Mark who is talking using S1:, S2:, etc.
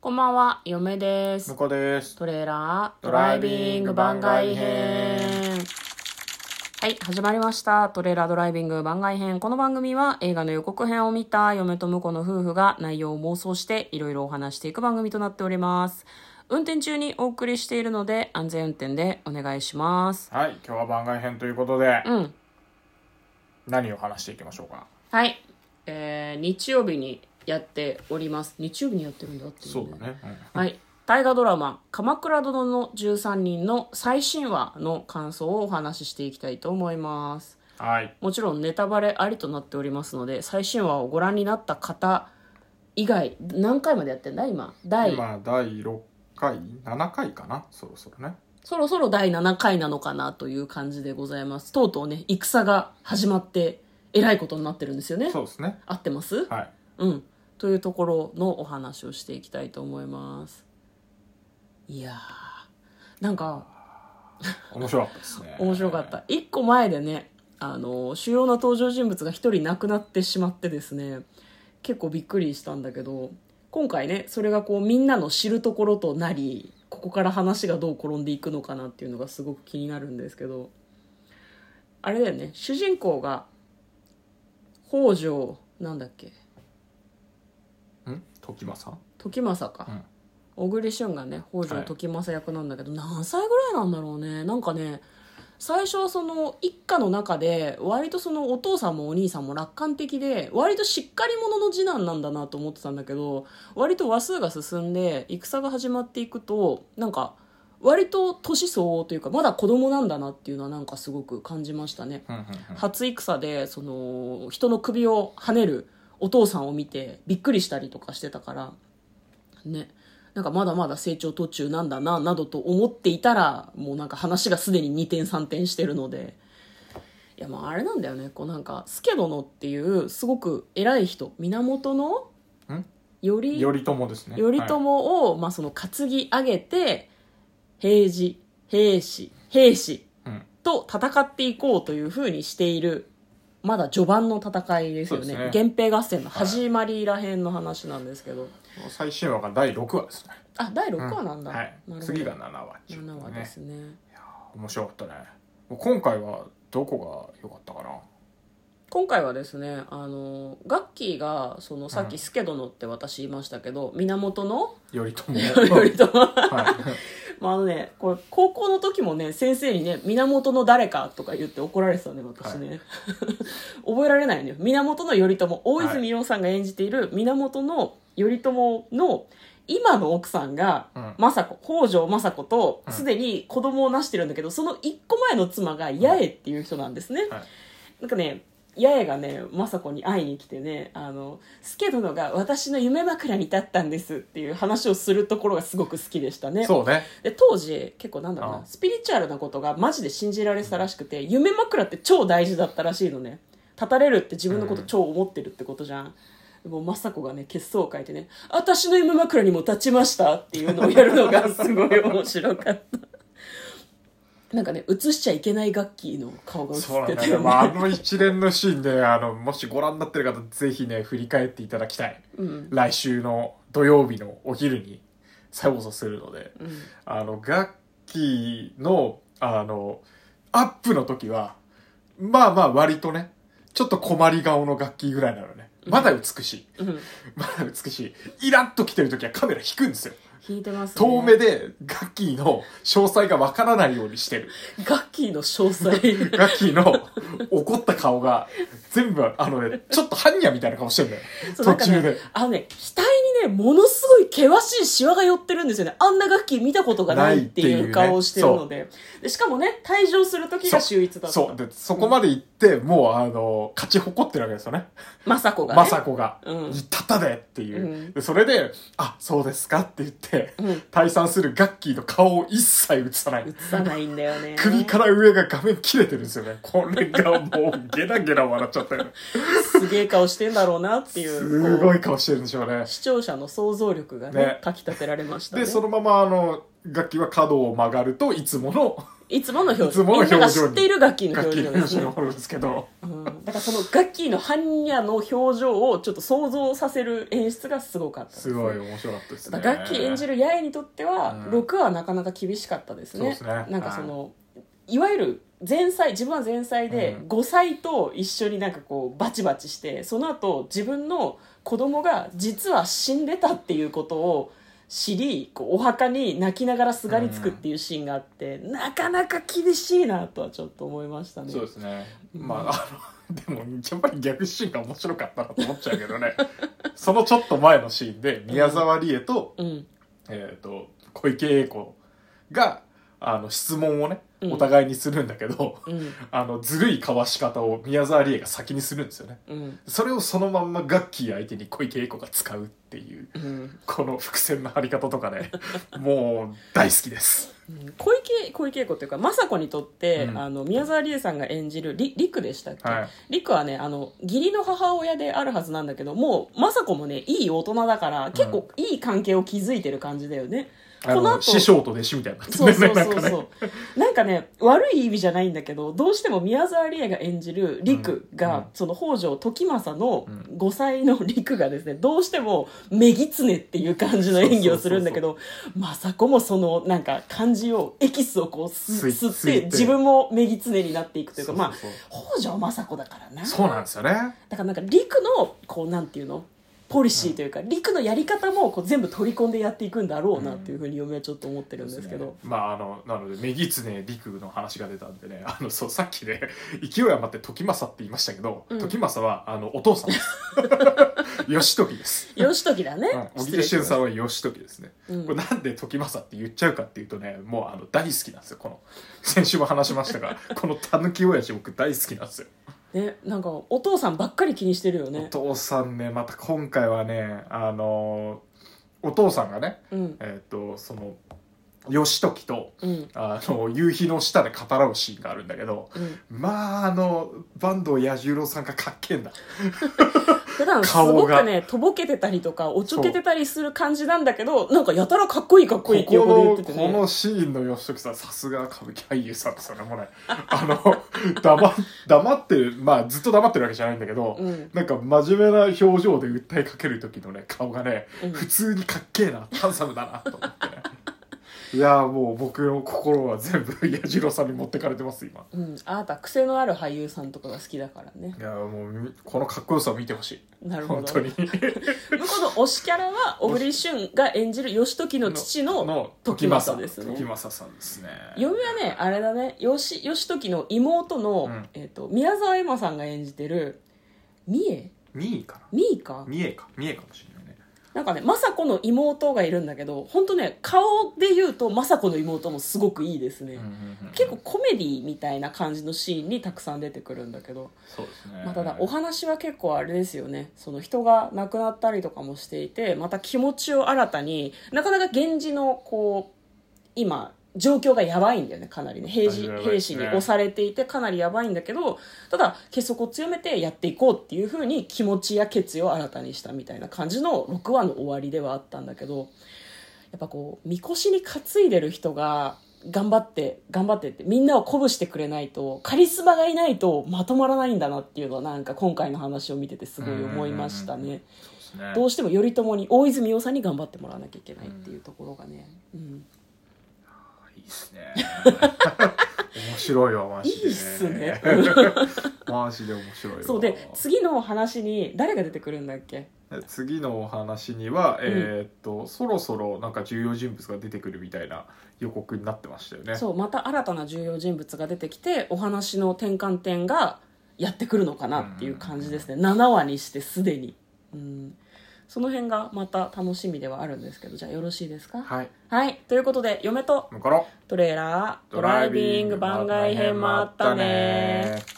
S1: こんばんは、嫁です
S2: 向。こうです
S1: トレーラード
S2: ド
S1: ラ
S2: ラ
S1: イ
S2: イ
S1: ビ
S2: ビ
S1: ン
S2: ン
S1: グ
S2: グ
S1: 番
S2: 番
S1: 外
S2: 外
S1: 編
S2: 編。
S1: はい、始まりました。トレーラードライビング番外編。この番組は映画の予告編を見た嫁と婿の夫婦が内容を妄想していろいろお話していく番組となっております。運転中にお送りしているので安全運転でお願いします。
S2: はい今日は番外編ということで、
S1: うん。
S2: 何を話していきましょうか
S1: はい。えー、日曜日にやっております。日曜日にやってるんだってい
S2: そうだね、うん
S1: はい。大河ドラマ「鎌倉殿の13人」の最新話の感想をお話ししていきたいと思います
S2: はい
S1: もちろんネタバレありとなっておりますので最新話をご覧になった方以外何回までやってんだ今第
S2: 今第6回7回かなそろそろね
S1: そろそろ第7回なのかなという感じでございますとうとうね戦が始まってえらいことになってるんですよね
S2: そうですね
S1: 合ってます、
S2: はい
S1: うんというところのお話をしていきたいと思いますいやーなんか
S2: 面白かったですね
S1: 面白かった一個前でねあの主要な登場人物が一人亡くなってしまってですね結構びっくりしたんだけど今回ねそれがこうみんなの知るところとなりここから話がどう転んでいくのかなっていうのがすごく気になるんですけどあれだよね主人公が北条なんだっけ
S2: うん時政
S1: 時政か、
S2: うん
S1: 小栗旬がね北条時政役なんだけど、何歳ぐらいなんだろうねなんかね最初その一家の中で割とそのお父さんもお兄さんも楽観的で割としっかり者の次男なんだなと思ってたんだけど割と話数が進んで戦が始まっていくとなんか割と年相応というかまだ子供なんだなっていうのはなんかすごく感じましたね
S2: うんうんうん
S1: 初戦でその人の首を跳ねるお父さんを見てびっくりしたりとかしてたからねなんかまだまだ成長途中なんだななどと思っていたらもうなんか話がすでに二転三転してるのでいやまああれなんだよねこうなんか助殿っていうすごく偉い人源の
S2: ん
S1: より
S2: 頼朝ですね
S1: 頼
S2: はい
S1: 朝を、まあ、その担ぎ上げて平時平氏平氏
S2: うん
S1: と戦っていこうというふうにしているまだ序盤の戦いですよ
S2: そう
S1: ね
S2: ですね
S1: 源平合戦の始まりらへんの話なんですけど、
S2: 最新話が第6話ですね
S1: あ第6話なんだ、
S2: はい
S1: なるほど
S2: 次が7話っていう
S1: 7話
S2: ね
S1: ですね
S2: 面白かったねもう今回はどこが良かったかな
S1: 今回はですねあのガッキーがそのさっき「助殿」って私言いましたけど、源の
S2: 頼 朝
S1: 頼朝
S2: はい
S1: まあ、あのね、これ、高校の時もね、先生にね、源の誰かとか言って怒られてたね、私ね。 覚えられないのよ。源の頼朝、大泉洋さんが演じている源の頼朝の、今の奥さんが
S2: うん、
S1: 政子、北条政子と、
S2: うん
S1: すでに子供をなしてるんだけど、その一個前の妻が、八重っていう人なんですね。
S2: はい
S1: なんかね、八重がね、政子に会いに来てね、あの、助殿が私の夢枕に立ったんですっていう話をするところがすごく好きでしたね。
S2: そうね
S1: で当時結構なんだろう
S2: う
S1: なんスピリチュアルなことがマジで信じられてたらしくて夢枕って超大事だったらしいのね立たれるって自分のこと超思ってるってことじゃん、もう雅子がね血相を変えてね「私の夢枕にも立ちました」っていうのをやるのがすごい面白かったなんかね映しちゃいけない楽器の顔が映っ
S2: そうな
S1: て
S2: ん
S1: た
S2: だ
S1: よ
S2: よ、
S1: ね
S2: まあ、 あの一連のシーンで、あの、もしご覧になってる方、ぜひね、振り返っていただきたい。
S1: うん
S2: 来週の土曜日のお昼に再放送するので、
S1: うん
S2: あの、楽器の、あの、アップの時は、まあまあ割とね、ちょっと困り顔の楽器ぐらいなのね。まだ美しい。
S1: うん
S2: まだ美しい。イラッと来てる時はカメラ引くんですよ。
S1: 弾いてます、ね、
S2: 遠目で楽器の詳細がわからないようにしてる。
S1: 楽器の詳細
S2: ガッキーの怒った顔が、全部、あのね、ちょっと般若みたいな顔してるんだよ。
S1: そうな
S2: 途
S1: んか
S2: 中
S1: ね
S2: で。、
S1: あのね、額にね、ものすごい険しいシワが寄ってるんですよね。あんな楽器見たことがないって
S2: ないって
S1: い
S2: いう
S1: う
S2: ね
S1: 顔をしてるので。でしかもね、退場する時が秀逸だった。
S2: そう。で、そこまで行って、もう、あの、勝ち誇ってるわけですよね。
S1: 雅子がね。
S2: 雅子が、
S1: うん
S2: 言ったったでっていうう。
S1: ん
S2: でそれで、あ、そうですかって言って
S1: うん、
S2: 退散するガッキーの顔を一切映さない
S1: 映。さないんだよね。
S2: 首から上が画面切れてるんですよね。これがもう、ゲラゲラ笑っちゃったよね。
S1: すげえ顔してんだろうなっていう。
S2: すご
S1: こ
S2: い顔してるんでしょうね
S1: う。視聴者の想像力がね、
S2: ね
S1: かき立てられましたね。
S2: で、そのまま、あの、楽器は角を曲がるといつもの
S1: いつもの表
S2: いつ
S1: 情。
S2: もの
S1: みん
S2: 表
S1: な
S2: 情に
S1: が知っている楽器の
S2: 楽
S1: 表
S2: 器の
S1: 情です
S2: 話
S1: ね
S2: が。あるんですけど、
S1: うんだからそのガッキーの般若の表情をちょっと想像させる演出がすごかったです
S2: すごい面白かったですね
S1: だからガッキー演じる八重にとっては、
S2: うん
S1: 6はなかなか厳しかったですね
S2: そうですね
S1: なんかその、い、わゆる前妻自分は前妻で、
S2: うん
S1: 5歳と一緒になんかこうバチバチしてその後自分の子供が実は死んでたっていうことを知りこうお墓に泣きながらすがりつくっていうシーンがあって、なかなか厳しいなとはちょっと思いましたね
S2: そうですね
S1: うん
S2: まああの でもやっぱり逆シーンが面白かったなと思っちゃうけどねそのちょっと前のシーンで宮沢りえと,、
S1: うん
S2: えー、と小池栄子があの質問をね
S1: うん
S2: お互いにするんだけど、
S1: うん
S2: あのずるいかわし方を宮沢りえが先にするんですよね
S1: うん
S2: それをそのまんまガッキー相手に小池栄子が使うっていう
S1: うん
S2: この伏線の張り方とか ねもう大好きです
S1: うん小池小池栄子というか政子にとって、
S2: うん
S1: あの宮沢りえさんが演じるりりくでしたっけ、
S2: はい
S1: りくはねあの義理の母親であるはずなんだけどもう政子もねいい大人だから結構いい関係を築いてる感じだよね、
S2: あ
S1: この
S2: の
S1: 後
S2: 師匠と弟子みたいになって
S1: そうそう
S2: な
S1: そ
S2: んか
S1: う
S2: ね
S1: そうなんかね悪い意味じゃないんだけどどうしても宮沢りえが演じる陸が、
S2: うん
S1: その北条時政の
S2: う
S1: 5歳の陸がですねどうしても「めぎつね」っていう感じの演技をするんだけど政子もそのなんか漢字をエキスをこうす
S2: 吸い
S1: 吸っ
S2: 吸い
S1: て
S2: て
S1: 自分もめぎつねになっていくというかま
S2: そうそうそう
S1: あ北条政子だからな
S2: そうなんですよね
S1: だからなんか陸のこうなんていうのポリシーというか、陸のやり方もこう全部取り込んでやっていくんだろうなっていうふうに嫁はちょっと思ってるんですけど、
S2: まああのなので「メギツネ陸」の話が出たんでねあのそうさっきね勢い余って時政って言いましたけど、
S1: うん
S2: 時政はあのお父さんです 義時です
S1: 義時だね、
S2: うん小
S1: 失
S2: 木
S1: 礼しまし
S2: 俊
S1: た
S2: さんは義時ですね、
S1: うん
S2: これなんで時政って言っちゃうかっていうとねもうあの大好きなんですよこの先週も話しま したがこのたぬき親父僕大好きなんですよ、
S1: ねなんかお父さんばっかり気にしてるよ
S2: お
S1: ね
S2: 父さんねまた今回はねあのお父さんがね
S1: うん
S2: えっ、とその義時と
S1: うん
S2: あの 夕日の下で語らうシーンがあるんだけど
S1: うん、
S2: まああの坂東彌十郎さんがかっけえんだ
S1: 普段す
S2: 顔
S1: ご
S2: が
S1: くねとぼけてたりとかおちょけてたりする感じなんだけどなんかやたらかっこいいかっこいいって横で言っ
S2: こ
S1: て
S2: の
S1: て
S2: こ
S1: ね
S2: のシーンの義時さんさすが歌舞伎俳優さんですよねもうね あの黙黙ってるまあずっと黙ってるわけじゃないんだけど、
S1: うん
S2: なんか真面目な表情で訴えかける時のね顔がね、
S1: うん
S2: 普通にかっけえなハンサムだなと思ってねいやーもう僕の心は全部 彌十郎さんに持ってかれてます今
S1: うん、あなた癖のある俳優さんとかが好きだからね
S2: いやーもうみこのかっこよさを見てほしい
S1: なるほ
S2: 本
S1: ど
S2: 当に
S1: 向こうの推しキャラは小栗旬が演じる義時の父の時政ですね
S2: 時政さんですね
S1: 嫁はねあれだね義義時の妹の、
S2: うん
S1: えっと宮沢エマさんが演じてる三重
S2: 2位か
S1: 三重か
S2: な三重か三重かもしれないね
S1: なんかね政子の妹がいるんだけど本当ね顔で言うと政子の妹もすごくいいですね、
S2: うんうんうん
S1: 結構コメディみたいな感じのシーンにたくさん出てくるんだけど、
S2: そうですね
S1: まあ、ただお話は結構あれですよねその人が亡くなったりとかもしていてまた気持ちを新たになかなか源氏のこう今状況がやばいんだよねかなりね兵士
S2: だいぶやばい
S1: 兵
S2: です
S1: 士
S2: ね
S1: に押されていてかなりやばいんだけどただ結束を強めてやっていこうっていうふうに気持ちや決意を新たにしたみたいな感じの6話の終わりではあったんだけどやっぱこうみこしに担いでる人が頑張って頑張ってってみんなを鼓舞してくれないとカリスマがいないとまとまらないんだなっていうのはなんか今回の話を見ててすごい思いましたね
S2: そうですね
S1: どうしても頼朝に大泉洋さんに頑張ってもらわなきゃいけないっていうところがね、うん、
S2: いいっすね 面白いわマジで
S1: いいっすね
S2: マジで面白い わ
S1: そうで次のお話に誰が出てくるんだっけ
S2: で次のお話には、
S1: ん
S2: えーっとそろそろなんか重要人物が出てくるみたいな予告になってましたよね
S1: そうまた新たな重要人物が出てきてお話の転換点がやってくるのかなっていう感じですね、7話にしてすでに、うん、その辺がまた楽しみではあるんですけどじゃあよろしいですか
S2: はい
S1: はいということで嫁と
S2: 向こうの
S1: トレーラードライビング番外編もあったね
S2: ドライビングまたね